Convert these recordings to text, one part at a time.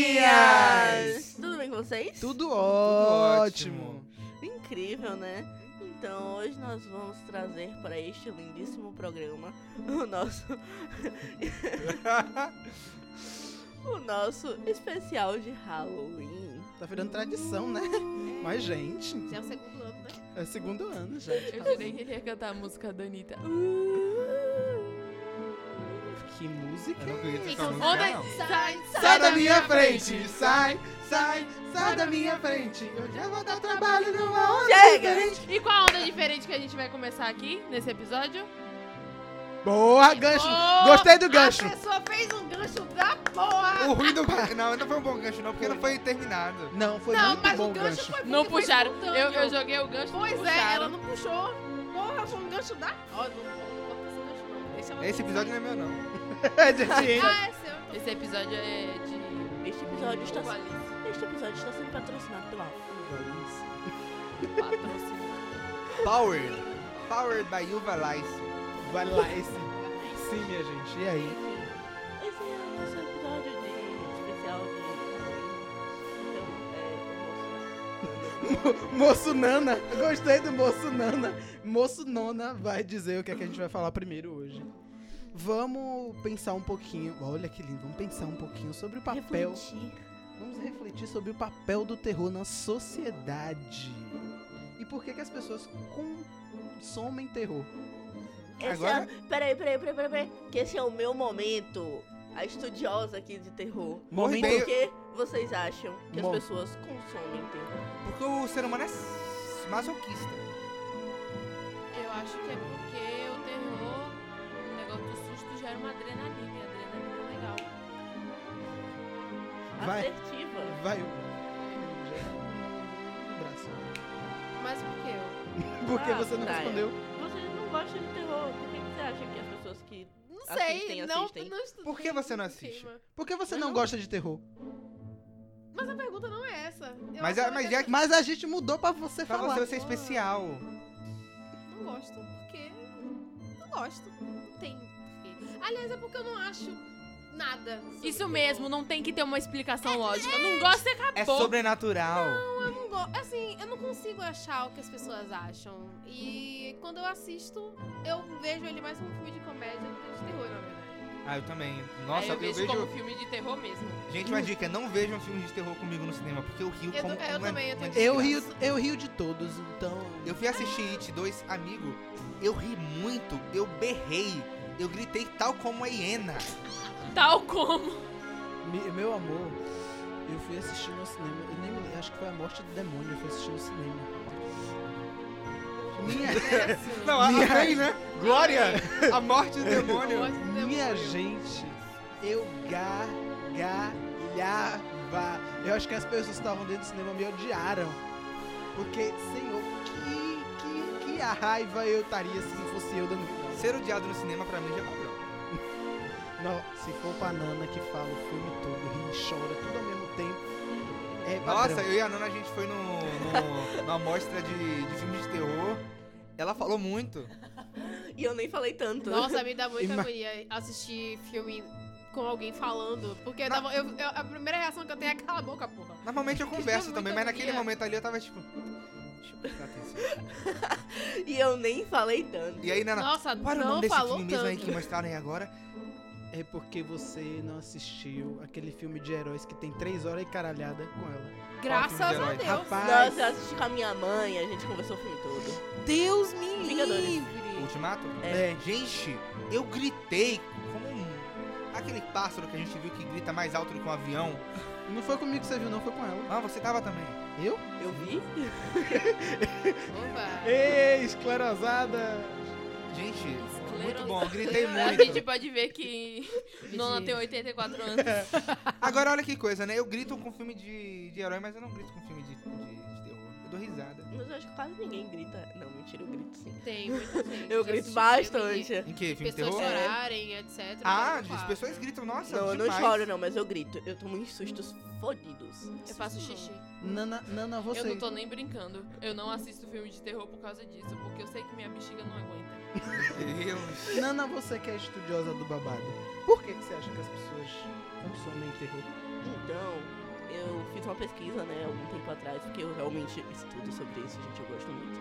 Minutinhas! Tudo bem com vocês? Tudo ótimo. Incrível, né? Então, hoje nós vamos trazer para este lindíssimo programa o nosso o nosso especial de Halloween. Tá virando tradição, né? Mas, gente, Já é o segundo ano, né? é segundo ano já. de Eu Halloween. jurei que ele ia cantar a música da Anitta. Que música. Eu não acredito nessa Então, música, ontem- não. Sai, Sai da minha frente, sai, sai, sai da minha frente. Eu já vou dar trabalho numa hora. Chega! E qual a onda diferente que a gente vai começar aqui, nesse episódio? Boa, Ah, gancho. Oh, Gostei do gancho. A pessoa fez um gancho da porra! O ruim do. Não, não foi um bom gancho, não, porque não foi terminado. Não, foi não, muito mas bom o gancho foi porque Não foi puxaram. espontâneo. Eu, eu joguei o gancho. não Pois é, puxaram. ela não puxou. Porra, foi um gancho da... Ó, não, não corta esse gancho não. Deixa ela Esse episódio puxar. não é meu, não. Gente, Ah, é seu. então. Esse episódio é de. Este episódio está Alice. este episódio está sendo patrocinado pela patrocínio. Powered. Powered by Uva Lice. Vai lá, esse. Sim, minha gente. E aí? Esse é o nosso episódio de especial de Halloween. Então, é, Moço Nana, eu gostei do Moço Nana. Moço Nona vai dizer o que é que a gente vai falar primeiro hoje. Vamos pensar um pouquinho. Olha que lindo, vamos pensar um pouquinho sobre o papel. refletir. Vamos refletir sobre o papel do terror na sociedade. E por que, que as pessoas consomem terror? Esse Agora- é- Peraí, peraí, peraí, peraí, peraí. Que esse é o meu momento. A estudiosa aqui de terror. Momento- Por que vocês acham que Mo- as pessoas consomem terror? Porque o ser humano é s- masoquista. Eu acho que é porque o terror, o negócio do susto gera uma adrenalina. E a adrenalina é legal. Vai. Assertiva. Vai. o braço. Mas por que eu? Por que Ah, você não tá, é. respondeu? Vocês não gostam de terror. Por que que você acha que as pessoas que. Não sei, Assistem, não, assistem. não estudei Por que você não esse assiste? tema. Por que você Eu não não- gosta de terror? Mas a pergunta não é essa. Eu Mas, achava mas que já que. Mas a gente mudou pra você Pra falar. você ser especial. eu não gosto, porque não gosto. Não tem porquê. Aliás, é porque eu não acho nada. sobre Isso terror. mesmo, não tem que ter uma É explicação lógica. Não gosto e acabou. É sobrenatural. Eu não go- Assim, eu não consigo achar o que as pessoas acham. E quando eu assisto, eu vejo ele mais como um filme de comédia do que de terror, na verdade. Ah, eu também. Aí Nossa, eu, eu, vejo, vejo. como filme de terror mesmo. Gente, uma dica: não vejam filmes de terror comigo no cinema, porque eu rio Eu como. tô- eu uma- também, eu uma tô- Eu desgraça. rio, eu rio de todos, então. Eu fui assistir It 2, amigo. Eu ri muito, eu berrei, eu gritei tal como a hiena. Tal como. Me- meu amor, eu fui assistir no cinema. Eu nem me lembro, acho que foi a morte do demônio. Eu fui assistir no cinema. Não, a- a né? Glória! A morte do Eu demônio. gosto de Minha demônio. gente, eu gargalhava. Eu acho que as pessoas que estavam dentro do cinema me odiaram. Porque, senhor, que, que, que a raiva eu estaria se não fosse eu dando risada. Ser odiado no cinema pra mim já é padrão. Não, se for pra Nana que fala o filme todo, ri e chora tudo ao mesmo tempo. É padrão. Nossa, eu e a Nana, a gente foi no, no, numa mostra de, de filmes de terror. Ela falou muito. E eu nem falei tanto. Nossa, me dá muita Ima- agonia assistir filme com alguém falando. Porque Na- tava- eu, eu- a primeira reação que eu tenho é cala a boca, porra. Normalmente eu converso Isso é também, mas muita naquele agonia. momento ali eu tava tipo. Deixa eu prestar atenção. E eu nem falei tanto. E aí, Nana, Nossa, qual era o não nome desse falou filme mesmo aí tanto. que mostraram aí agora? É porque você não assistiu aquele filme de heróis que tem três horas e caralhada com ela. Graças Qual a filme de Deus. herói? Rapaz, Nossa, eu assisti com a minha mãe, a gente conversou o filme todo. Deus me Vingadores. livre! Ultimato? É, Gente, eu gritei como um- aquele pássaro que a gente viu que grita mais alto do que um avião. não foi comigo que você viu, não, foi com ela. Ah, você tava também. Eu? Eu vi? Opa. Ei, esclerosada! Gente, Esclerosada. muito bom, gritei A gente muito. pode ver que Nona tem 84 anos. Agora olha que coisa, né? Eu grito com filme de, de herói, mas eu não grito com filme de, de- de terror. Eu dou risada. Mas eu acho que quase ninguém grita. Não, mentira, eu grito sim. Tem muita gente. Eu já grito assisti bastante. filme, Em que? Filme de Pessoas terror? chorarem, etc. Ah, mas as pessoas gritam, nossa, Não, eu não demais. choro, não, mas eu grito. Eu tomo uns sustos fodidos. Eu faço xixi. Nana, Nana, você. Eu não tô nem brincando. Eu não assisto filme de terror por causa disso, porque eu sei que minha bexiga não aguenta. Deus. Nana, você que é estudiosa do babado. Por que, que você acha que as pessoas consomem terror? Então, eu fiz uma pesquisa, né, algum tempo atrás, porque eu realmente estudo sobre isso, gente, eu gosto muito.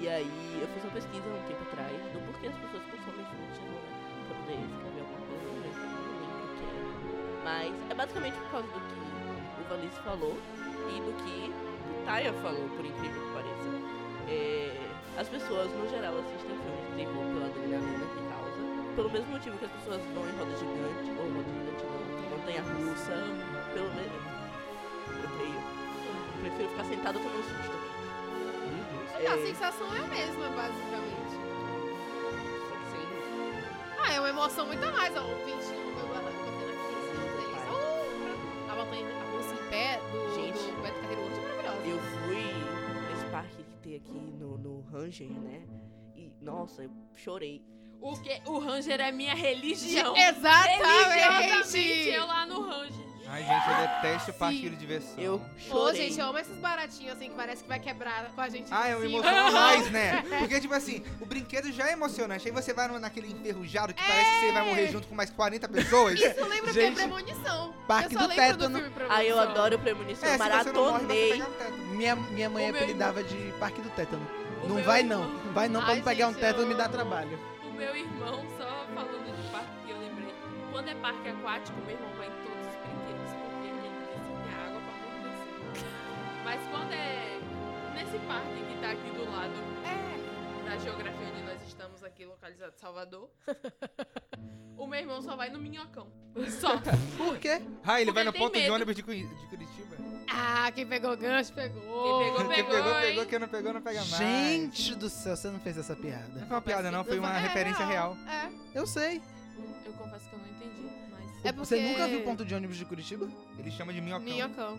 E aí, eu fiz uma pesquisa um tempo atrás do porquê as pessoas consomem filme de terror, né, pra poder escrever alguma coisa, eu não lembro o que é. Mas é basicamente por causa do que o Valice falou e do que o Taya falou, por incrível que pareça. É, as pessoas, no geral, assistem filmes de terror pela adrenalina que causa, pelo mesmo motivo que as pessoas vão em roda gigante, ou roda gigante não, montanha-russa, pelo menos. Eu odeio. Prefiro ficar sentado tomando um susto. Uhum. A É, sensação é a mesma, basicamente. só tá que assim, sem- Ah, é uma emoção muito a mais. Ó, o pintinho do meu guarda batendo aqui em cima dele. Ai. Só, uh, A montanha, a moça em pé do, Gente. do Beto Carreiro World é maravilhosa. Eu fui nesse parque que tem aqui no, no Ranger, né? E, nossa, eu chorei. O que? O Ranger é minha religião. é Exatamente, Exatamente! eu lá no Ranger. Ai, gente, eu detesto parque Sim. de diversão. Eu Ô, chorei. gente, eu amo esses baratinhos assim que parece que vai quebrar com a gente. Ah, em é uma cima. emoção a mais, né? Porque, tipo assim, o brinquedo já é emocionante. Aí você vai no- naquele enferrujado que parece que você vai morrer junto com mais 40 pessoas. Isso lembra Gente, o que é premonição. Parque eu só do lembro Tétano. do filme premonição. Aí eu adoro premonição, é, se você não morre, você maratonei. pega o teto. Minha, minha mãe O meu apelidava de Parque do Tétano. O não meu vai irmão- não, vai não pra Ai, me pegar um gente, tétano e me eu- dar trabalho. O meu irmão, só falando de parque que eu lembrei, quando é parque aquático, meu irmão vai em todos os brinquedos, porque ele disse que a água pra acontecer. Mas quando é nesse parque que tá aqui do lado, da geografia onde nós estamos aqui, localizado em Salvador, o meu irmão só vai no Minhocão. Só. Por quê? Ah, ele Porque vai no ele tem ponto de medo. ônibus de Curi- de Curitiba. Ah, quem pegou o gancho, pegou. Quem pegou, Quem pegou, hein? pegou. Quem não pegou, não pega mais. Gente do céu, você não fez essa Não piada. foi uma piada, não. Foi uma É referência real. É. Eu sei. Eu confesso que eu não entendi, mas É Você porque- nunca viu o ponto de ônibus de Curitiba? Ele chama de minhocão. Minhocão.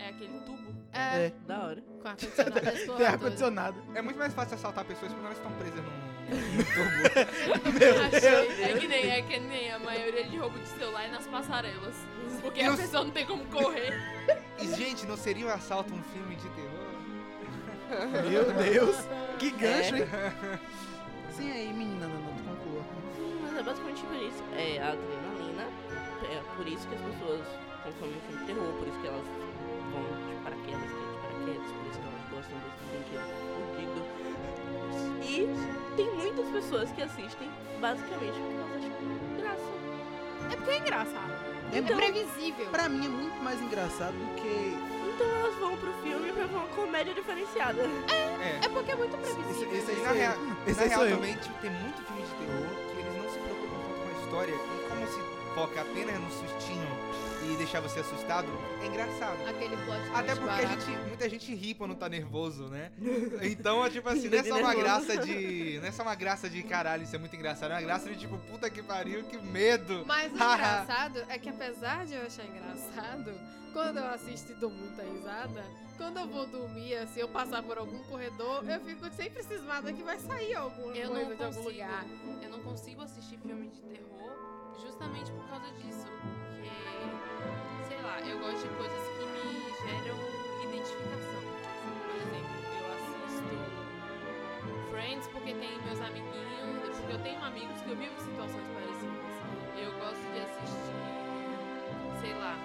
é aquele tubo. É. Da hora. Com ar-condicionado. Tem escolar, tudo. ar-condicionado. É muito mais fácil assaltar pessoas quando elas estão presas num num tubo. É que, nem, é que nem a maioria de roubo de celular é nas passarelas. Porque a Eu- pessoa não tem como correr. E, gente, não seria um assalto um filme de terror? Meu Deus. Que gancho, hein? Sim, aí, menina, não, não, tu conclua. Sim, mas é basicamente por isso. É a adrenalina. É por isso que as pessoas consomem filme de terror, por isso que elas vão de paraquedas, caem de paraquedas, por isso que elas gostam desse brinquedo fudido. E tem muitas pessoas que assistem basicamente porque elas acham graça. É porque é engraçado. É é Então- muito- previsível. pra mim é muito mais engraçado do que... Então elas vão pro filme pra ver uma comédia diferenciada. É. É porque é muito previsível. Esse aí, na real, Esse é na aí real sou eu. também, tipo, tem muito filme de terror que eles não se preocupam tanto com a história. E como se foca apenas no sustinho e deixar você assustado, é engraçado. Aquele plot twist Até porque a barato. gente, muita gente ri quando tá nervoso, né? Então, é tipo assim, Rindo não é de só uma nervoso. graça de. Não é só uma graça de caralho, isso é muito engraçado. É uma graça de tipo, puta que pariu, que medo. Mas o engraçado é que apesar de eu achar engraçado, quando eu assisto e dou muita risada, quando eu vou dormir, assim, eu passar por algum corredor, eu fico sempre cismada que vai sair alguma Eu coisa não de algum consigo. lugar. Eu não consigo assistir filme de terror justamente por causa disso. Porque, sei lá, eu gosto de coisas que me geram identificação. Por exemplo, eu assisto Friends porque tem meus amiguinhos, porque eu tenho amigos que eu vivo situações parecidas. Eu gosto de assistir, sei lá,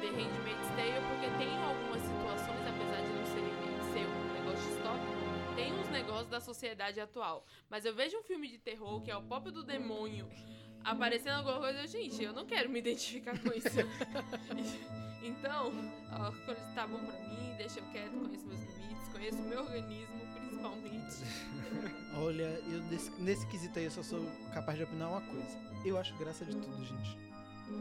The Handmaid's Tale porque tem algumas situações, apesar de não ser, ser um negócio histórico, tem uns negócios da sociedade atual. Mas eu vejo um filme de terror que é o pop do demônio aparecendo alguma coisa, eu, gente, eu não quero me identificar com isso. então, ó, quando tá bom pra mim, deixa eu quieto, conheço meus limites, conheço meu organismo, principalmente. Olha, eu nesse, nesse quesito aí eu só sou capaz de opinar uma coisa. Eu acho graça de tudo, gente.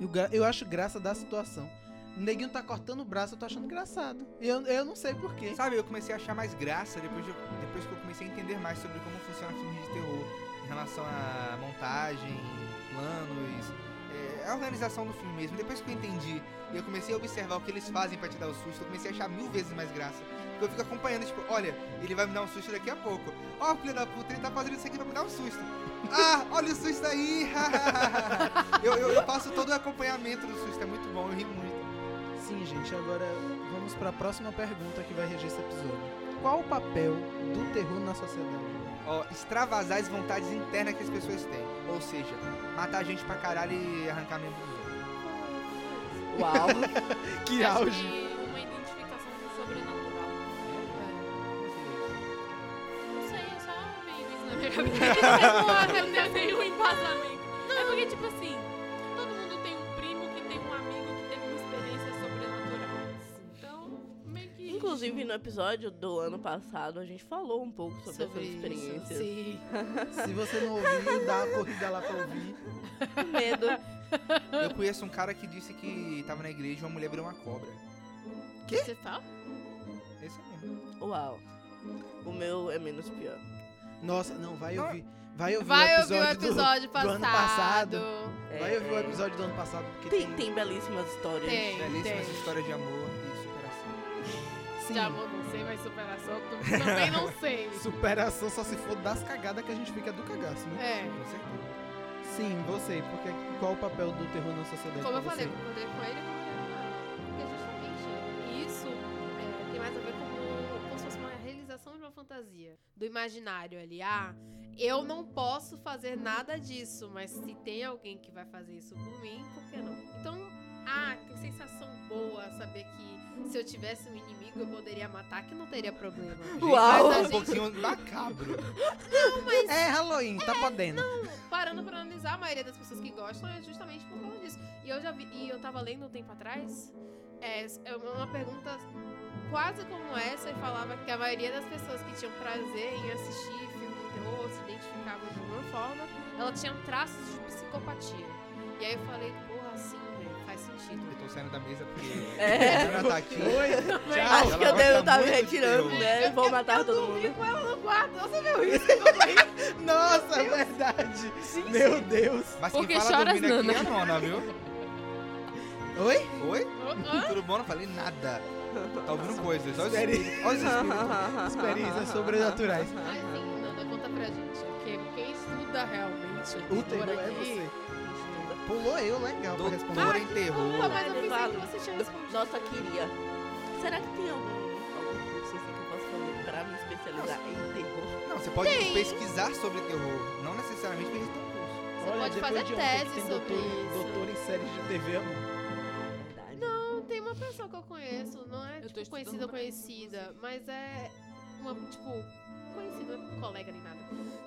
Eu, gra- eu acho graça da situação. O neguinho tá cortando o braço, eu tô achando engraçado. Eu, eu não sei porquê. Sabe, eu comecei a achar mais graça depois, de- depois que eu comecei a entender mais sobre como funciona filme de terror em relação à eh, montagem, planos, é, a organização do filme mesmo. Depois que eu entendi, eu comecei a observar o que eles fazem pra te dar o susto, eu comecei a achar mil vezes mais graça. Porque eu fico acompanhando, tipo, olha, ele vai me dar um susto daqui a pouco. Ó, filho da puta, ele tá fazendo isso aqui pra me dar um susto. Ah, olha o susto aí! eu, eu, eu faço todo o acompanhamento do susto, é muito bom, eu ri muito. Sim, gente, agora vamos pra próxima pergunta que vai reger esse episódio. Qual o papel do terror na sociedade? Ó, extravasar as vontades internas que as pessoas têm. Ou seja, matar gente pra caralho e arrancar membro dos outros. Uau! Que Acho auge! que Uma identificação com o sobrenatural. Não sei, é só meio isso na minha cabeça. Eu não tenho um embasamento. É porque, tipo assim, todo mundo tem um primo que tem um amigo que teve uma experiência sobrenatural. Então, meio que. Inclusive, no episódio do ano passado, a gente falou um pouco sobre, essas isso. experiências. Sim. Se você não ouviu, dá a corrida lá pra ouvir. Com medo. Eu conheço um cara que disse que tava na igreja e uma mulher virou uma cobra. Quê? Você tá? Esse é mesmo. Uau. O meu é menos pior. Nossa, não, vai Não. ouvir. Vai ouvir o Vai ouvir o episódio, do- episódio do passado. ano passado. É, Vai ouvir o é. episódio do ano passado, porque tem, Tem, tem belíssimas histórias. Tem, tem. Belíssimas histórias de amor e superação. sim, De amor não sei, mas superação tu- também não sei. superação só se for das cagadas que a gente fica do cagaço, né? É. Com certeza. Sim, você, porque qual o papel do terror na sociedade? Como eu pra falei, você? concordei com ele e concordei com ela. Porque justamente isso é, tem mais a ver com como se fosse uma realização de uma fantasia. Do imaginário ali. Ah, eu não posso fazer nada disso, mas se tem alguém que vai fazer isso por mim, por que não? Então, ah, que sensação boa saber que se eu tivesse um inimigo eu poderia matar, que não teria problema. Uau! Mas Mas é a um gente- pouquinho macabro. É Halloween, tá podendo. parando pra analisar, a maioria das pessoas que gostam é justamente por causa disso. E eu já vi, e eu tava lendo um tempo atrás, é, é uma uma pergunta quase como essa, e falava que a maioria das pessoas que tinham prazer em assistir filmes de terror, ou se identificavam de alguma forma, ela tinha traços de psicopatia. E aí eu falei, porra, assim, velho, faz sentido. Eu tô saindo da mesa porque É. a Débora tá aqui. Oi, tchau. Acho Ela que eu gosta devo estar me muito de retirando, terror. né? Vou matar todo mundo. com ela no quarto, você viu isso? Nossa, é verdade. Meu Deus. Mas Porque quem fala choras, dormindo aqui Nana. é a nona, viu? Oi? Oi? Hã? Tudo bom? Não falei nada. Tá ouvindo coisas. Olha os Sério? espíritos. Olha os espíritos. Experiências sobrenaturais. Mas assim, sim, Nanda, conta pra gente, porque quem estuda realmente O terror por é aqui- Ah, você. Pulou eu, legal, pra Doutora responder. em Desculpa, terror. mas Ele eu pensei fala. que você tinha respondido. Nossa, queria. Será que tem algum, algum curso assim que eu posso fazer pra me especializar em terror? Não, você pode pesquisar sobre terror. Não necessariamente porque a gente tem um curso. Você pode fazer tese sobre isso. Doutor em séries de TV, amor. Verdade. Não. Tem uma pessoa que eu conheço, não é Eu tô tipo, estudando conhecida, pra conhecida, mas é uma, tipo, conhecida, colega nem nada.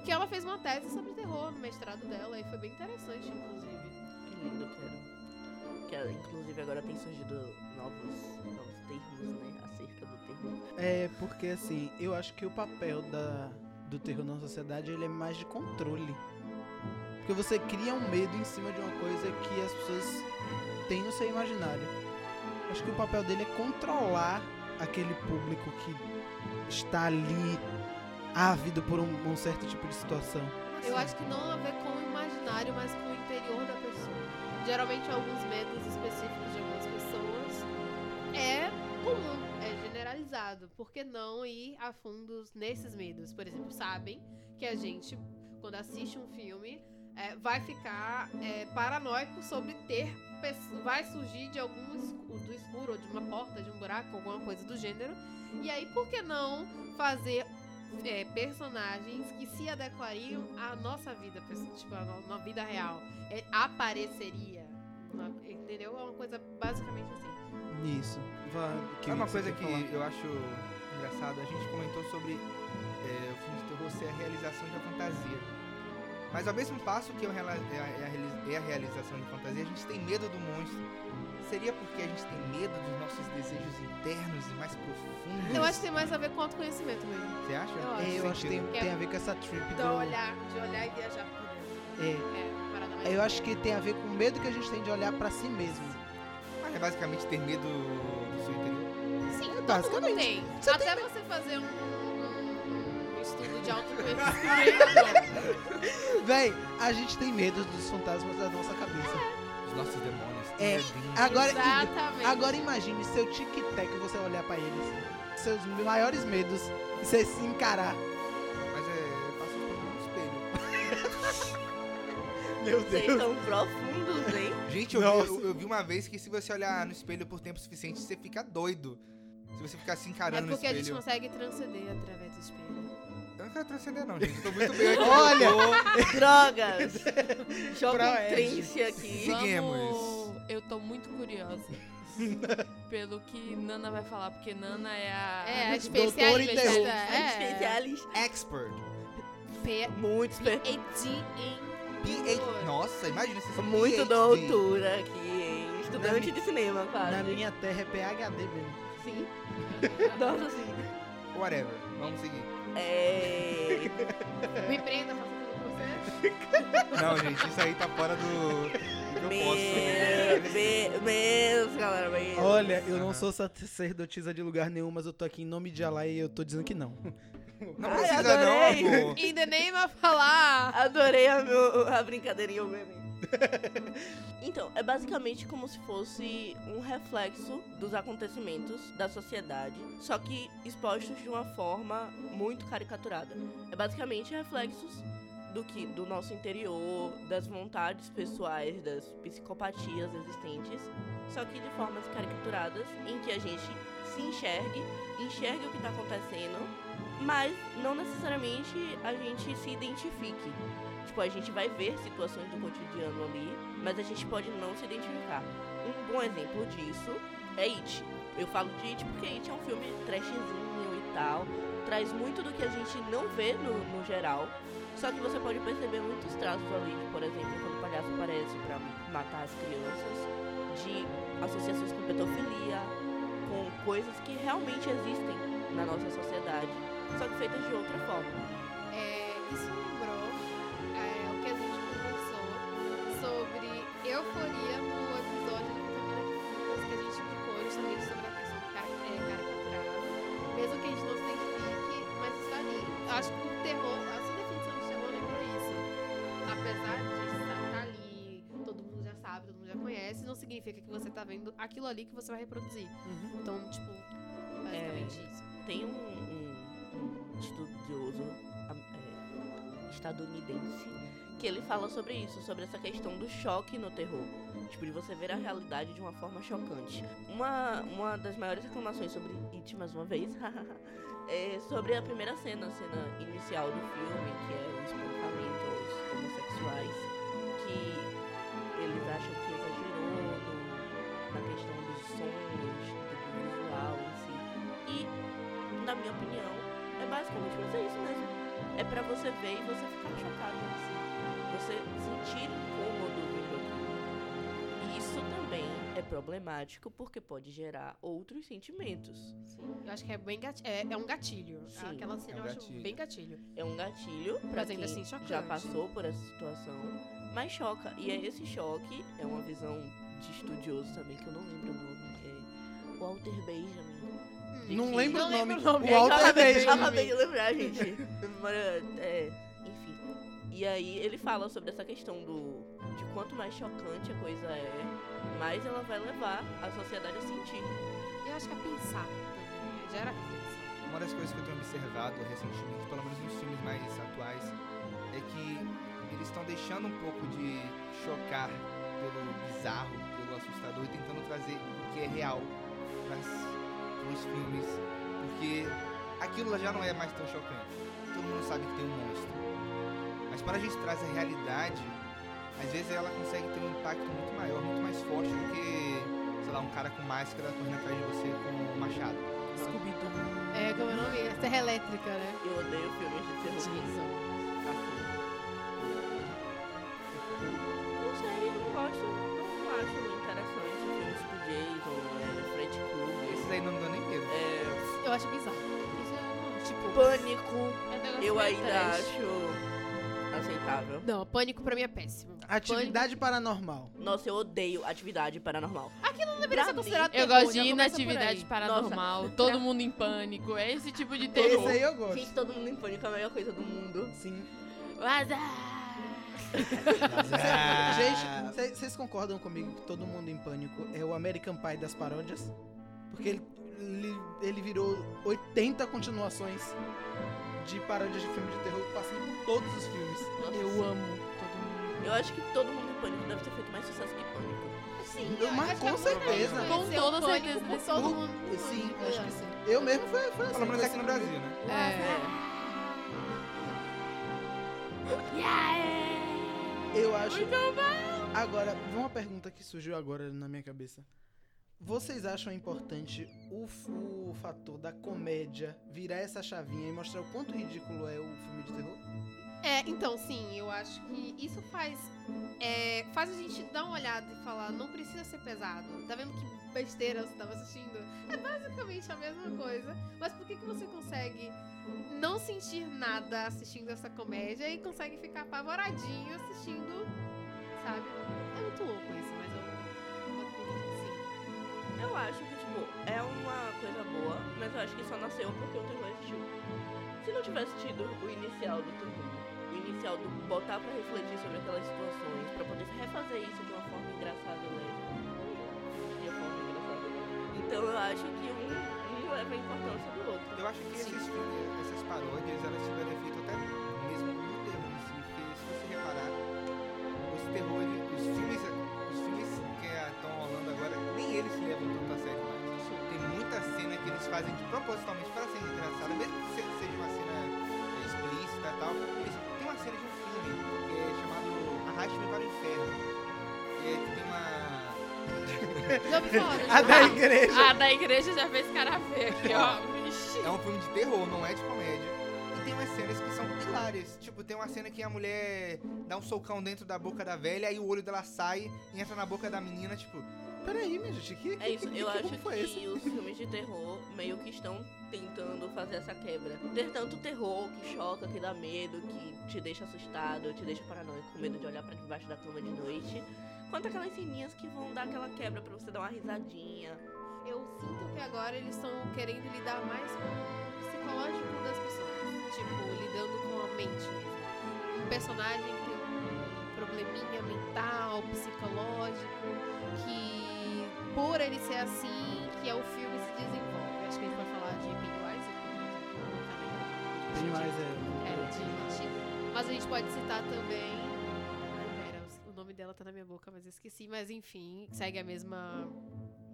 Que ela fez uma tese sobre terror no mestrado dela e foi bem interessante, inclusive. Que lindo, quero. Que, inclusive agora tem surgido novos, novos termos, né? Acerca do termo. É, porque assim, eu acho que o papel da, do terror na sociedade ele é mais de controle. Porque você cria um medo em cima de uma coisa que as pessoas têm no seu imaginário. Acho que o papel dele é controlar aquele público que está ali ávido por um, um certo tipo de situação. Eu acho que não a ver com o imaginário, mas com o interior da pessoa. Geralmente alguns medos específicos de algumas pessoas é comum, é generalizado. Por que não ir a fundos nesses medos? Por exemplo, sabem que a gente, quando assiste um filme, é, vai ficar é, paranoico sobre ter. pes- Vai surgir de algum escuro, do escuro, ou de uma porta, de um buraco, alguma coisa do gênero. E aí, por que não fazer é, personagens que se adequariam à nossa vida, pessoal, tipo, à no- na vida real? É, apareceria. na- Entendeu? É uma coisa basicamente assim. Nisso. Vá, É uma você coisa quer que falar? eu acho engraçado. A gente comentou sobre é, o filme de terror ser a realização de uma fantasia. Mas ao mesmo passo que é o rela- é a- é a reali- é a realização de fantasia, a gente tem medo do monstro. Seria porque a gente tem medo dos nossos desejos internos e mais profundos? Então, Eu acho que tem mais a ver com autoconhecimento mesmo. Você acha? Eu acho. É, eu acho que tem, Que é- tem a ver com essa trip Da do... Então, olhar, de olhar e viajar por dentro. É, É, parada mais. eu acho que tem a ver com o medo que a gente tem de olhar pra si mesmo. Mas é basicamente ter medo do seu interior. Sim, É, todo mundo basicamente. tem. Você né? Até você fazer um, um estudo de autoconhecimento. Véi, a gente tem medo dos fantasmas da nossa cabeça. Os nossos demônios. É, Inadinhos. Agora, Exatamente. agora É imagine seu tic-tac, você olhar pra eles, seus maiores medos, e você se encarar. Mas é. Passou por um espelho. Meu Vocês Deus. tão profundos, hein? Gente, eu, Nossa. vi, eu, eu vi uma vez que se você olhar no espelho por tempo suficiente, você fica doido. Se você ficar se É encarando porque a no gente espelho. consegue transcender através do espelho. Eu não quero transcender, não, gente. Eu tô muito bem aqui. Olha! Eu tô- Drogas! Joga um Proerd. trance aqui. Seguimos. Vamos... Eu tô muito curiosa pelo que Nana vai falar, porque Nana é a. É, a Ah, Doutor em especialista. terror. É. Especialis Expert. P- muito espe- PhD em PH. Nossa, imagina se muito doutora aqui, hein? Estudante de cinema, quase. Na minha terra é PHD mesmo. Sim. Nossa, sim. Whatever. Vamos seguir. É... Me prenda, faça tudo com você. Não, gente, isso aí tá fora do. do que eu Meu, posso. me- meus, galera, meus. Olha, eu não sou sacerdotisa de lugar nenhum, mas eu tô aqui em nome de Allah e eu tô dizendo que não. Não Ai, precisa, adorei. não, amor. In the name of Allah. Adorei a, meu- a brincadeirinha, o meme. Então, é basicamente como se fosse um reflexo dos acontecimentos da sociedade, só que expostos de uma forma muito caricaturada. É basicamente reflexos do que do nosso interior, das vontades pessoais, das psicopatias existentes, só que de formas caricaturadas em que a gente se enxergue, enxergue o que está acontecendo, mas não necessariamente a gente se identifique. Tipo, a gente vai ver situações do cotidiano ali, mas a gente pode não se identificar. Um bom exemplo disso é It. Eu falo de It porque It é um filme trashzinho e tal. Traz muito do que a gente não vê no, no geral. Só que você pode perceber muitos traços ali, de, por exemplo, quando o palhaço aparece pra matar as crianças, de associações com pedofilia, com coisas que realmente existem na nossa sociedade, só que feitas de outra forma. É, isso me lembrou é, o que a gente conversou sobre euforia no episódio de Vitamina de Frutas que a gente indicou justamente sobre a questão do cara é, caricaturado. Mesmo que a gente não se identifique, mas está ali. Eu acho que o terror, a sua definição de terror lembrou isso. Apesar de estar tá ali, todo mundo já sabe, todo mundo já conhece, não significa que você tá vendo aquilo ali que você vai reproduzir. Então, tipo, basicamente isso. Tem um, um- um estudioso am- é, estadunidense que ele fala sobre isso, sobre essa questão do choque no terror. Tipo, de você ver a realidade de uma forma chocante. Uma, uma das maiores reclamações sobre It, mais uma vez, é sobre a primeira cena, a cena inicial do filme, que é o espancamento aos homossexuais, que eles acham que exagerou no- na questão dos sons, do visual em si. E, na minha opinião, é basicamente você é isso mesmo. É pra você ver e você ficar chocado. Assim. Você sentir incômodo vindo aqui. E Isso também é problemático porque pode gerar outros sentimentos. Eu acho que é bem gati- é, é um gatilho. Sim, Aquela cena é um eu acho gatilho. bem gatilho. É um gatilho pra Mas quem ainda assim, chocante. já passou por essa situação, mas choca. E é esse choque, é uma visão de estudioso também, que eu não lembro o nome, é Walter Benjamin. Não lembro o Não nome. lembro o nome. O Walter acabei, Benjamin. acabei de lembrar, gente. Memória, é, enfim. E aí ele fala sobre essa questão do de quanto mais chocante a coisa é, mais ela vai levar a sociedade a sentir. Eu acho que é pensar também. Gera reflexão. Uma das coisas que eu tenho observado recentemente, pelo menos nos filmes mais atuais, é que eles estão deixando um pouco de chocar pelo bizarro, pelo assustador e tentando trazer o que é real para os filmes, porque aquilo já não é mais tão chocante. Todo mundo sabe que tem um monstro, mas quando a gente traz a realidade, às vezes ela consegue ter um impacto muito maior, muito mais forte do que, sei lá, um cara com máscara correndo atrás de você com um machado. É, como é o nome? É Serra Elétrica, né? Eu odeio filmes de terror. Assim. Não sei, não gosto, não acho interessante filmes tipo Jason, é, Fred Krueger, Esses aí não me dão nem medo. é, Eu acho bizarro. Isso é, não, tipo, Pânico, é um negócio eu meio ainda trash. acho aceitável. Não, pânico pra mim é Tá. péssimo. Atividade paranormal. Nossa, eu odeio atividade paranormal. Não deveria Pra ser mim, considerado Eu terror, gosto de já começa por inatividade aí. paranormal, todo mundo em pânico, é esse tipo de Esse terror. aí eu gosto. Gente, todo mundo em pânico é a melhor coisa do mundo. Sim. Mas, ah, Ah. Ah. Gente, cê- vocês concordam comigo que todo mundo em pânico é o American Pie das paródias? Porque ele, ele, ele virou 80 continuações de paródias de filme de terror passando por todos os filmes. Nossa, eu sim. amo todo mundo. Eu acho que todo mundo em pânico deve ter feito mais sucesso que pânico. Sim, Eu- mas acho que com é muita gente certeza. conheceu Com toda o Pânico certeza por desse todo grupo. mundo. Sim, É. acho que sim. Eu mesmo foi, foi assim. Pelo menos foi aqui no assim. Brasil, né? É. Eu acho. Agora, uma pergunta que surgiu agora na minha cabeça. Vocês acham importante o, f- o fator da comédia virar essa chavinha e mostrar o quanto ridículo é o filme de terror? É, então, sim, eu acho que isso faz. é, faz a gente dar uma olhada e falar, não precisa ser pesado. Tá vendo que besteira você tava assistindo? É basicamente a mesma coisa. Mas por que, que você consegue não sentir nada assistindo essa comédia e consegue ficar apavoradinho assistindo, sabe? É muito louco isso, mas eu, eu acredito que sim. Eu acho que, tipo, é uma coisa boa, mas eu acho que só nasceu porque o terror existiu. Se não tivesse tido o inicial do terror, o inicial do botar pra refletir sobre aquelas situações, pra poder refazer isso de uma forma engraçada e leve. De uma forma engraçada. Então eu acho que um, um leva a importância do outro. Eu acho que esses, filmes, essas paródias, elas tiveram efeito até mesmo no terror em si, porque se você reparar, os terrores, os filmes, os filmes que estão rolando agora, nem eles se levam tanto a sério mais. Tem muita cena que eles fazem de propositalmente para ser engraçada, mesmo que se- seja uma cena é, explícita e tal, eles, tem uma cena de um filme que é chamado Arraste-me para o Inferno, que é que tem uma... Ah, Não me fora, A não. Ah, da igreja! A Ah, da igreja já fez cara feia aqui, ó. Vixe. É um filme de terror, não é de comédia. E tem umas cenas que são hilárias. Tipo, tem uma cena que a mulher dá um socão dentro da boca da velha e o olho dela sai e entra na boca da menina, tipo. Peraí, minha gente, que, É isso, que, que, eu que acho bom foi esse? que os filmes de terror meio que estão tentando fazer essa quebra. Ter tanto terror que choca, que dá medo, que te deixa assustado, te deixa paranoico, com medo de olhar pra debaixo da cama de noite, quanto aquelas ceninhas que vão dar aquela quebra pra você dar uma risadinha. Eu sinto que agora eles estão querendo lidar mais com o psicológico das pessoas. Tipo, lidando com a mente mesmo. Um personagem que tem um probleminha mental, psicológico, que por ele ser assim, que é o filme se desenvolve. Acho que a gente vai falar de Pennywise. né? Tem mais, é. É, de Matilda. Mas a gente pode citar também. Ai, pera, o nome dela tá na minha boca, mas eu esqueci. Mas enfim, segue a mesma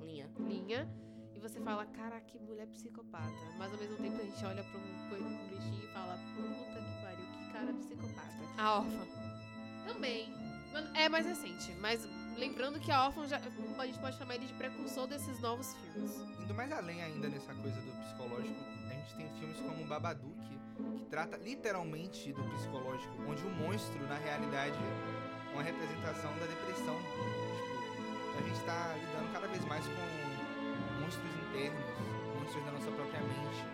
Linha. linha e você fala, cara, que mulher psicopata. Mas ao mesmo tempo a gente olha pra um, coi- um bichinho e fala, puta que pariu, que cara psicopata. A órfã. Também. Mano, É mais recente, mas lembrando que a órfã já. A gente pode chamar ele de precursor desses novos filmes. Indo mais além ainda nessa coisa do psicológico, a gente tem filmes como Babadook, que trata literalmente do psicológico, onde o monstro, na realidade, é uma representação da depressão. Tipo, a gente tá lidando cada vez mais com monstros internos, monstros da nossa própria mente.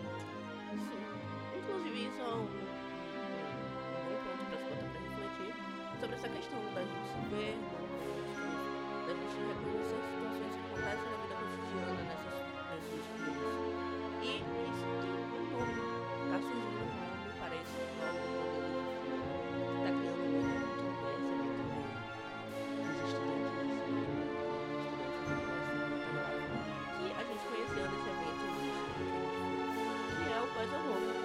Sim. Inclusive, isso é um, um bom ponto pra se botar pra refletir sobre essa questão da gente se ver, né, da gente reconhecer as situações que acontecem na vida cotidiana nessas, nesses filmes. E isso tem um nome. Tá surgindo um nome tá para esse novo modelo de filme que tá criando muito controvérsia dentro do- dos estudantes de cinema, estudantes da universidade, que a gente conheceu nesse evento que a gente foi que é o Puzzle Rover,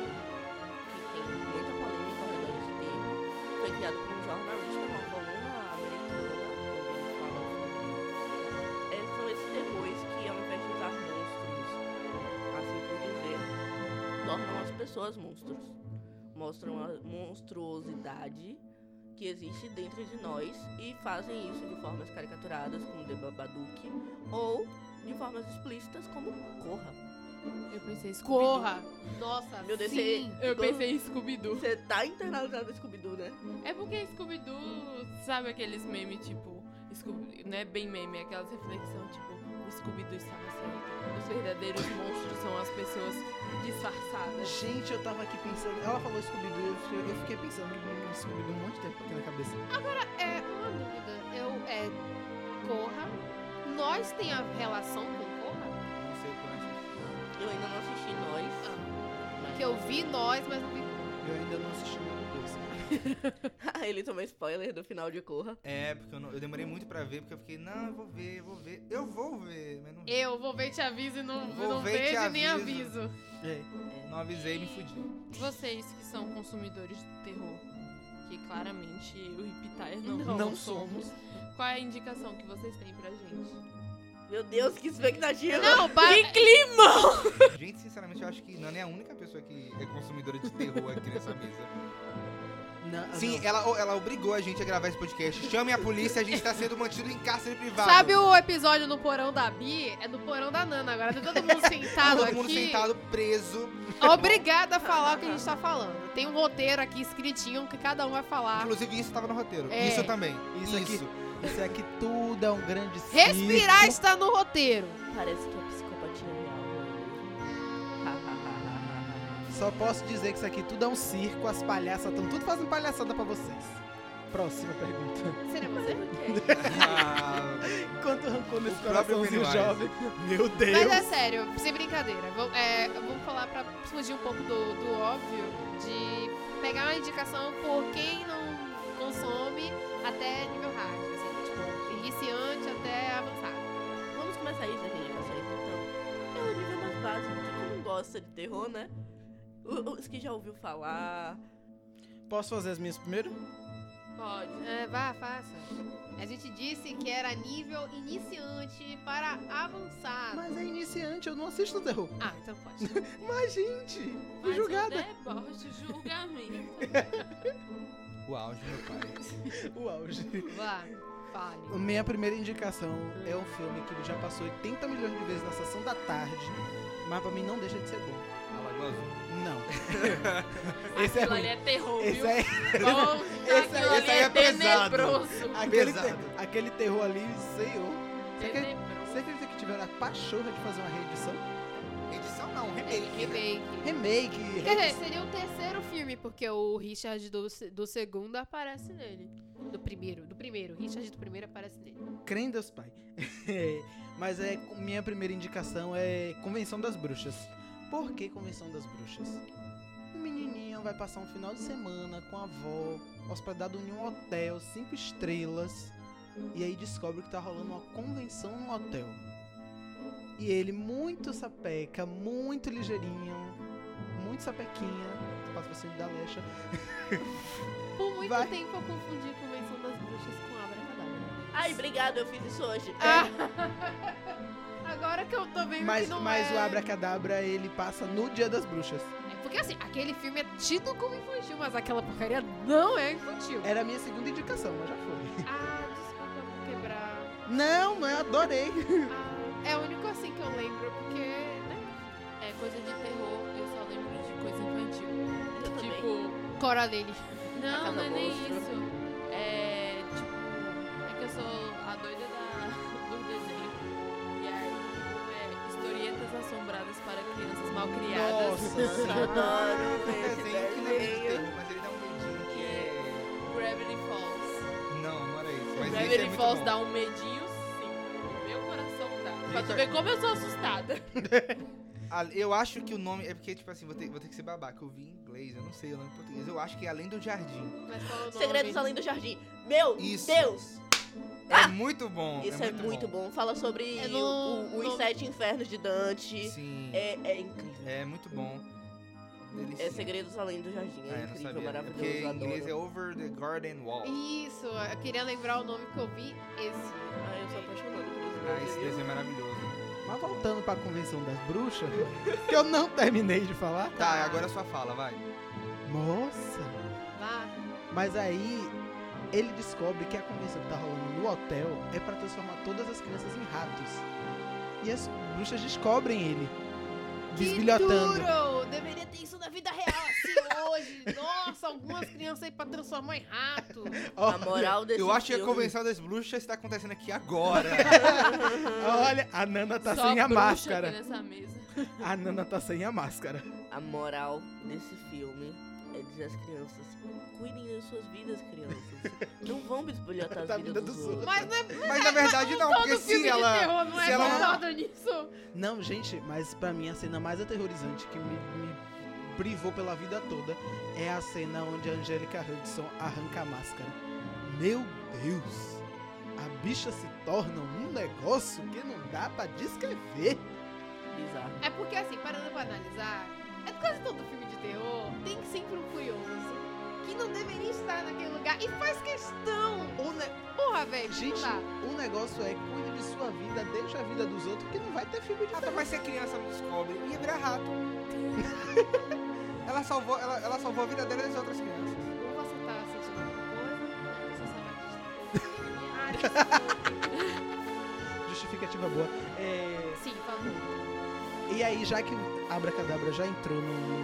que tem muita polêmica ao redor desse termo. Foi criado por um jornalista, uma coluna americana, onde ele fala sobre- é, são esses terrores que, ao invés de usar monstros, assim por dizer, tornam as pessoas monstros. Mostram a monstruosidade que existe dentro de nós e fazem isso de formas caricaturadas, como The Babadook, ou de formas explícitas, como Corra. Eu pensei Scooby-Doo. Corra! Nossa, Meu Deus, sim! você- Eu pensei em Scooby-Doo. Você tá internalizado no Scooby-Doo, né? É porque Scooby-Doo, sabe aqueles memes tipo. Scooby, não é bem meme, é aquelas reflexões tipo: o Scooby-Doo estava certo. Os verdadeiros monstros são as pessoas disfarçadas. Gente, eu tava aqui pensando. Ela falou Scooby-Doo, eu fiquei- eu fiquei pensando em Scooby-Doo um monte de tempo aqui na cabeça. É uma dúvida. Eu é Corra. Nós tem a relação com Corra? Não sei o que eu acho. Eu ainda não assisti Nós. Ah, mas- Que eu vi nós, mas não vi. Eu ainda não assisti nenhum dois. Ah, Ele tomou spoiler do final de Corra. É, porque eu, não- eu demorei muito pra ver, porque eu fiquei, não, eu vou ver, eu vou ver. Eu vou ver, mas não vi. Eu vou ver, te aviso e não, Vou não ver e te vejo e nem aviso. aviso. É. Não avisei, me fudi. Vocês que são consumidores do terror, que claramente eu e Pitaia não, Não, somos, qual é a indicação que vocês têm pra gente? Meu Deus, que expectativa! Não, ba- Gente, sinceramente, eu acho que Nana é a única pessoa que é consumidora de terror aqui nessa mesa. Ah, Não, Sim, é. ela, ela obrigou a gente a gravar esse podcast. Chame a polícia, a gente tá sendo mantido em cárcere privado. sabe o episódio no porão da Bi? É do porão da Nana. Agora tá todo mundo sentado Todo aqui. mundo sentado, preso. Obrigada a falar o que a gente tá falando. Tem um roteiro aqui escritinho que cada um vai falar. Inclusive, isso tava no roteiro. É. Isso também. Isso Isso. aqui. não. Isso aqui tudo é um grande circo. Respirar está no roteiro. Parece que é psicopatia real. Só posso dizer que isso aqui tudo é um circo. As palhaças estão tudo fazendo palhaçada pra vocês. Próxima pergunta. Seria você? Ah, Quanto rancor nesse O próprio coraçãozinho Pennywise. jovem. Meu Deus. Mas é sério, sem brincadeira. Vamos, é, vamos falar pra fugir um pouco do, do óbvio, de pegar uma indicação por quem não consome até nível hard, assim, tipo, iniciante até avançado. Vamos começar isso aqui, já saí então. Pelo nível mais básico, de quem não gosta de terror, né? O- Os que já ouviu falar. Posso fazer as minhas primeiro? Pode. É, vá, faça. A gente disse que era nível iniciante para avançado. Mas é iniciante, eu não assisto terror. Ah, então pode. Mas, gente, fui Mas o julgada. deboche, julgamento. o auge, meu pai. O auge. Vá, fale. Minha primeira indicação é um filme que já passou 80 milhões de vezes na sessão da tarde, mas pra mim não deixa de ser bom. A Lagoa Azul. Não. Esse é Aquilo ali ruim. é terror, Esse viu? é Conta, esse- aquilo ali esse aí é é pesado. tenebroso. aquele, Pesado. te- aquele terror ali, senhor. Você acredita, Tenebroso. você acredita que tiveram a pachorra de fazer uma reedição? Edição não, É, remake. remake. Remake. Quer dizer, reedição. seria o terceiro filme, porque o Richard do, se- do segundo aparece nele. Do primeiro, do primeiro. O Richard do primeiro aparece nele. Crê em Deus Pai. É, Mas é, minha primeira indicação é Convenção das Bruxas. Por que Convenção das Bruxas? Um menininho vai passar um final de semana com a avó, hospedado em um hotel, cinco estrelas, e aí descobre que tá rolando uma convenção no hotel. E ele, muito sapeca, muito ligeirinho, muito sapequinha, patrocínio da Lecha, Por muito Vai. tempo eu confundi Convenção das Bruxas com Abracadabra. Ai, obrigado, eu fiz isso hoje. Ah! Agora que eu tô vendo É. mas, que não mas é... o Abracadabra ele passa no Dia das Bruxas. É porque assim, aquele filme é tido como infantil, mas aquela porcaria não é infantil. Era a minha segunda indicação, mas já foi. Ah, desculpa, eu vou quebrar. Não, mas eu adorei. Ah, é o único assim que eu lembro, porque... Né? É coisa de terror, eu só lembro de coisa infantil. Eu também. Tipo, Cora dele. não, não é nem Caça-monstro. isso. É tipo, é que eu sou a doida da, do desenho. E aí, é historietas assombradas para crianças mal criadas. Nossa Senhora. Adoro Um esse desenho que não é meio de desenho. terror, mas ele dá um medinho que é... Gravity Falls. Não, não era isso. Mas esse é Gravity muito Falls bom. dá um medinho, sim. O Meu coração dá. Pra Gente, tá tu ver como eu sou assustada. Ah, Eu acho que o nome... É porque, tipo assim, vou ter, vou ter que ser babaca. Eu vi em inglês, eu não sei o nome em português. Eu acho que é Além do Jardim. Mas qual é o nome? Segredos Além do Jardim. Meu Isso. Deus! É muito bom. Isso é, muito bom. Fala sobre É no- o- o- os no- sete infernos de Dante. Sim. É, é incrível. É muito bom. É Delicinha. Segredos Além do Jardim. É Ah, eu não incrível, sabia. É maravilhoso. porque em inglês é adoro. Over the Garden Wall. Isso, eu queria lembrar o nome que eu vi. Esse. Ai, Ah, eu sou apaixonada por esse Ah, esse desenho. desenho é maravilhoso. Mas voltando pra convenção das bruxas, que eu não terminei de falar. Tá, agora é sua fala, vai. Nossa! Vá. Mas aí ele descobre que a convenção que tá rolando no hotel é pra transformar todas as crianças em ratos. E as bruxas descobrem ele. Que Desbilhotando. duro! Deveria ter isso na vida real, assim, hoje. Nossa, algumas crianças aí pra transformar em rato. A Olha, moral desse Eu acho que a filme... convenção das bruxas está tá acontecendo aqui agora. olha, a Nana tá Só sem a bruxa né? máscara. Aqui nessa mesa. A Nana tá sem a máscara. A moral desse filme é dizer às crianças, cuidem das suas vidas, crianças. Não vão bisbilhotar as Tá Da vidas vida dos, Tá dos outros. outros. Mas não é Mas na verdade não, porque todo filme se de ela. terror, não se é ela- baseado nisso. Não, gente, mas pra mim a cena mais aterrorizante que me, me privou pela vida toda é a cena onde a Angélica Hudson arranca a máscara. Meu Deus! A bicha se torna um negócio que não dá pra descrever. Bizarro. É porque, assim, parando pra analisar, é quase todo filme de terror tem sempre um curioso assim, que não deveria estar naquele lugar e faz questão. O, né? ne- Porra, velho, Gente, não dá. o negócio é cuide de sua vida, deixa a vida dos outros, que não vai ter filme de Ela vai ser criança, não descobre. E ia virar rato. ela, salvou, ela, ela salvou a vida dela e das outras crianças. Ou você tá sentindo alguma coisa, você sabe Justificativa boa. É, disso. Sim, falou. E aí, já que Abracadabra já entrou no,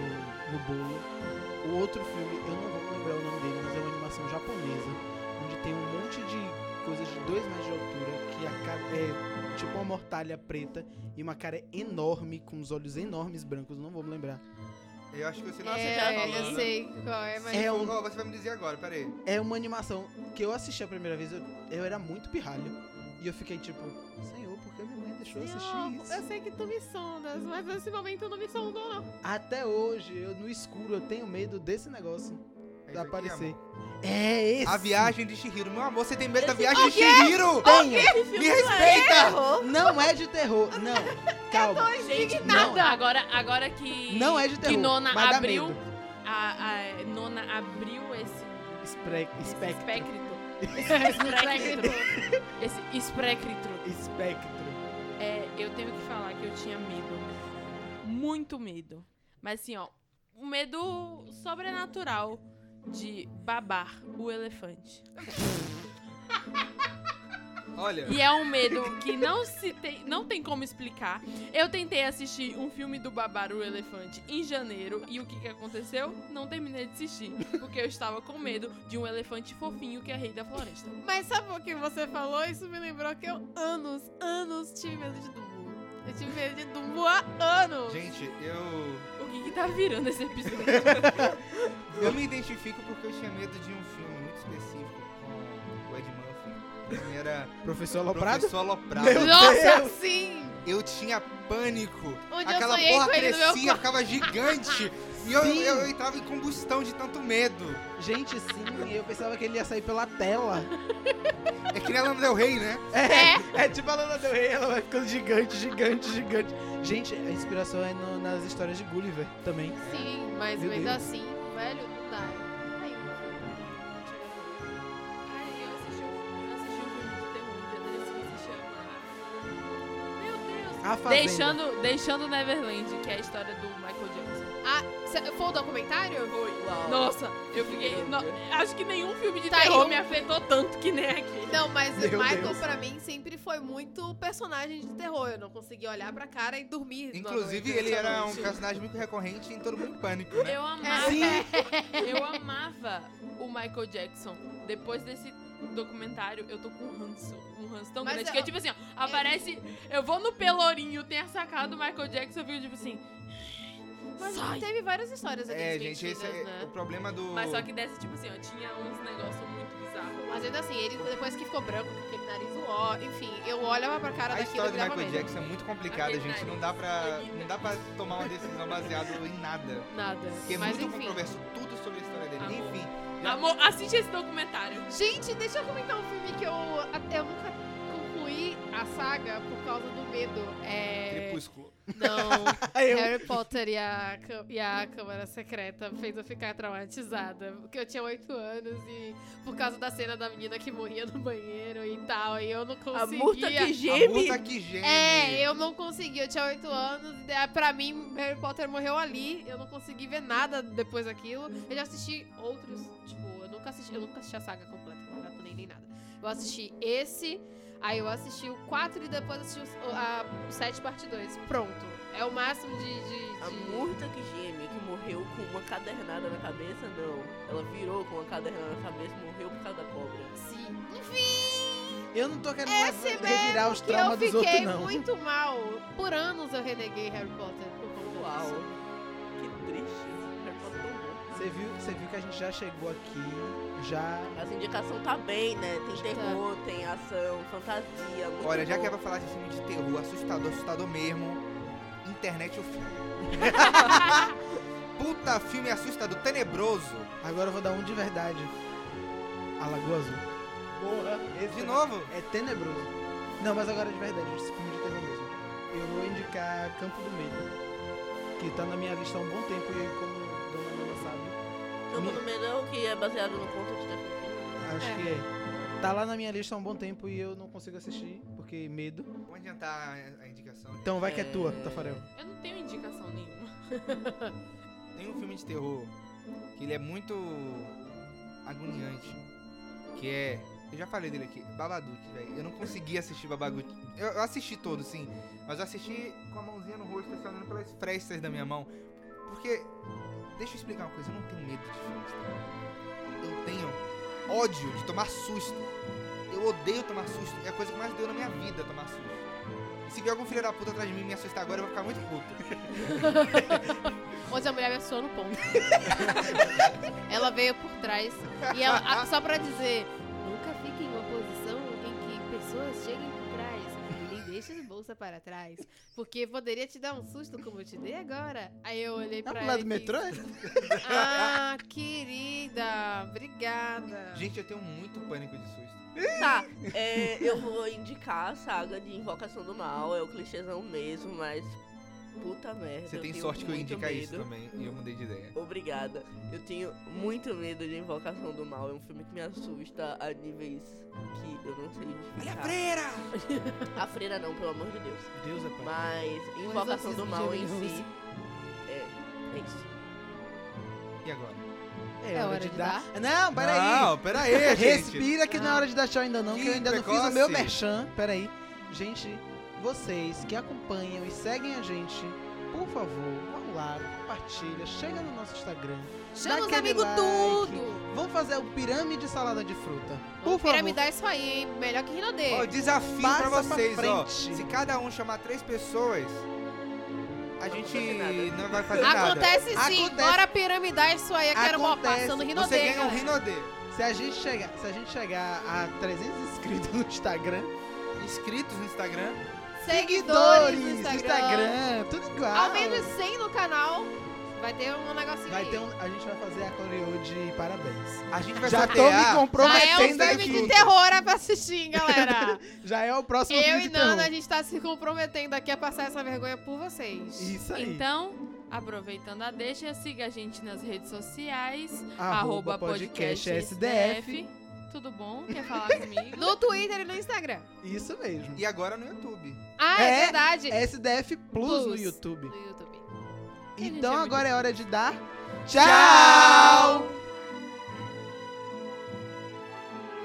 no bolo, o outro filme, eu não vou lembrar o nome dele, mas é uma animação japonesa, onde tem um monte de coisas de dois metros de altura, que a cara é tipo uma mortalha preta e uma cara enorme, com os olhos enormes brancos, não vou me lembrar. Eu acho que eu sei lá. você já É, falou, eu né? sei qual é, mas... É Ô, um- Val, Você vai me dizer agora, peraí. É uma animação que eu assisti a primeira vez, eu, eu era muito pirralho, e eu fiquei tipo, senhor, por que minha mãe um deixou eu assistir Senhor, isso? eu sei É que tu me sondas, mas nesse momento eu não me sondou, não. Até hoje, eu no escuro, eu tenho medo desse negócio. É isso da aqui, aparecer. amor? É esse. A viagem de Shihiro. Meu amor, você tem medo da Esse- viagem de Shihiro? Tenho. Esse filme Me não é respeita! terror. Não é de terror, não. Calma. Gente, Não. Nada! Agora, agora que. Não é de terror. Que Nona mas dá abriu. medo. A, a Nona abriu esse Espre- Espectro. espectro. Espectro. Esse espectro. Espectro. É, eu tenho que falar que eu tinha medo. Muito medo. Mas assim, ó, um medo sobrenatural de babar o elefante. Olha. E é um medo que não se tem, não tem como explicar. Eu tentei assistir um filme do babar o elefante em janeiro e o que que aconteceu? Não terminei de assistir, porque eu estava com medo de um elefante fofinho que é rei da floresta. Mas sabe o que você falou? Isso me lembrou que eu, anos, anos, tive medo de Dumbo. Eu tive medo de Dumbo há anos. Gente, eu. O que que tá virando esse episódio? Eu me identifico porque eu tinha medo de um filme muito específico com o Ed Murphy. O nome era Professor Aloprado? Professor Aloprado. Meu Nossa, Deus. sim! Eu tinha pânico. Onde eu Aquela sonhei porra com ele no meu crescia, ficava gigante. E eu, Sim. eu, eu entrava em combustão de tanto medo. Gente, sim. Eu pensava que ele ia sair pela tela. É que nem a Lana Del Rey, né? É tipo a Lana Del Rey, ela vai ficando gigante, gigante, gigante. Gente, a inspiração é no- nas histórias de Gulliver também. Sim, mas Meu ainda Deus. assim, velho, não dá. Aí, Ai, eu assisti um, eu assisti um filme de terror um dia desse que se chama. Meu Deus! A Fazenda. Deixando, deixando Neverland, que é a história do Michael Jackson. Ah, cê- foi o documentário? Foi. Nossa, eu fiquei. no- acho que nenhum filme de Tá aí terror um- me afetou tanto que nem aquele. Não, mas Meu Michael Deus. pra mim sempre foi muito personagem de terror. Eu não conseguia olhar pra cara e dormir. na Inclusive, noite, ele essa era um noite. personagem muito recorrente em Todo Mundo em Pânico, né? Eu amava, Sim. eu amava o Michael Jackson. Depois desse documentário, eu tô com um ranço. Um ranço tão Mas grande é- que eu, tipo assim, ó, aparece. Eu vou no Pelourinho, tem a sacada do Michael Jackson, eu fico tipo assim. Mas Sai! teve várias histórias aqui É, gente, desmentidas, esse é né? o problema do... Mas só que dessa, tipo assim, ó, tinha uns negócios muito bizarros. Mas ainda assim, ele depois que ficou branco, com aquele nariz ó, enfim, eu olhava pra cara A daquilo história e do virava Michael medo. Jackson é muito complicada, Aquele gente. Não nariz. dá, pra, não dá pra tomar uma decisão baseada em nada. Nada. Porque é Mas muito enfim. controverso tudo sobre a história dele. Amor. Enfim, Amor, assiste esse documentário. Gente, deixa eu comentar um filme que eu, até eu nunca concluí a saga por causa do medo. É. Crepúsculo. Não. Eu- Harry Potter e a, cã- e a Câmara Secreta fez eu ficar traumatizada. Porque eu tinha 8 anos e por causa da cena da menina que morria no banheiro e tal, e eu não A conseguia. multa que A geme. multa que geme. É, eu não consegui, eu tinha 8 anos, e daí, pra mim, Harry Potter morreu ali, eu não consegui ver nada depois daquilo. Eu já assisti outros, tipo, eu nunca assisti, eu nunca assisti a saga completa, não maratonei nem nada. Eu assisti esse, aí eu assisti o 4 e depois assisti o, a- o 7 parte 2. Pronto. É o máximo de. de- Tá A de- murta que geme, que morreu com uma cadernada na cabeça, não. Ela virou com uma cadernada na cabeça e morreu por causa da cobra. Sim. Eu não tô querendo mais Esse revirar os Que eu traumas dos outros, fiquei não. muito mal. Por anos eu reneguei Harry Potter por conta Uau. disso. Que triste. Harry Potter é tão bom. Você viu, você viu que a gente já chegou aqui, já... Essa indicação tá bem, né? Tem terror, tem ação, fantasia. Muito Olha, já bom. que é pra falar de filme de terror, assustador, assustador mesmo, internet o filme. é puta filme assustador, tenebroso. Agora eu vou dar um de verdade. A Lagoa Azul. Porra, esse De novo, É tenebroso. Não, mas agora é de verdade, esse filme de terror mesmo. Eu vou indicar Campo do Medo. Que tá na minha lista há um bom tempo e como Dona Nana sabe, Campo Hum. do Medo, Então, que é baseado no conto de Stephen King. acho É. que é. Tá lá na minha lista há um bom tempo e eu não consigo assistir, porque medo. vamos adiantar a a indicação. né? Então vai que é tua, É. Tafarel. Eu não tenho indicação nenhuma. Tem um filme de terror que ele é muito agoniante, que é... Eu já falei dele aqui, Babadook, velho. Eu não consegui assistir Babadook. Eu, eu assisti todo, sim, mas eu assisti com a mãozinha no rosto, assim, olhando pelas frestas da minha mão. Porque, deixa eu explicar uma coisa, eu não tenho medo de filmes. de terror. Eu tenho ódio de tomar susto. Eu odeio tomar susto, é a coisa que mais deu na minha vida, tomar susto. E se vier algum filho da puta atrás de mim e me assustar agora, eu vou ficar muito puto. Hoje a mulher me assou no ponto. ela veio por trás. E ela, ah, só pra dizer, nunca fique em uma posição em que pessoas cheguem por trás e nem deixe a bolsa para trás. Porque poderia te dar um susto como eu te dei agora. Aí eu olhei Tá pra pro ela lado e do fiz, metrô? Ah, querida, obrigada. Gente, eu tenho muito pânico de susto. Tá, é, eu vou indicar a saga de Invocação do Mal, é o clichêzão mesmo, mas puta merda. Você eu tem tenho sorte que eu muito indicar medo. isso tá? também e eu mudei de ideia. Obrigada. Eu tenho muito medo de Invocação do Mal, é um filme que me assusta a níveis que eu não sei explicar. freira! A freira não, pelo amor de Deus. Deus é pai. Mas Invocação do exorcismo de Mal um em Emily si é, é isso. E agora? É hora de dar? Não, peraí. Não, peraí, gente. Respira que não é hora de dar tchau ainda não, que, Que eu ainda não fiz precoce. o meu merchan. Peraí. Gente, vocês que acompanham e seguem a gente, por favor, vão lá, compartilha, chega no nosso Instagram. Chama os aquele amigos like. tudo. Vamos fazer o pirâmide salada de fruta. Por favor, Piramidar isso aí, hein? Melhor que Rinodê. Ó, desafio Passa pra pra vocês, ó. frente. Se cada um chamar três pessoas, a gente acontece nada. né? não vai fazer nada. Acontece sim, Acontece. bora piramidar isso aí. Eu quero uma Acontece. passando Rinodê. Você ganha um galera. Rinodê. se a gente chegar, se a gente chegar a 300 inscritos no Instagram, Inscritos no Instagram. Seguidores no no Instagram. Instagram, tudo igual. Ao menos 100 no canal, vai ter um negocinho Vai aí. ter um, a gente vai fazer a coreo de parabéns. A gente vai Já tô sortear. me Já é um comprometendo filme de aqui. terror é pra assistir, hein, galera. Já é o próximo Eu filme e de terror. Nana, a gente tá se comprometendo aqui a passar essa vergonha por vocês. Isso aí. Então, aproveitando a deixa, siga a gente nas redes sociais. arroba podcast SDF. Tudo bom? Quer falar comigo? No Twitter e no Instagram. Isso mesmo. E agora no YouTube. Ah, é, É, verdade. SDF Plus no Plus. YouTube. No YouTube. Gente, é Então muito agora é hora de dar Tchau! tchau!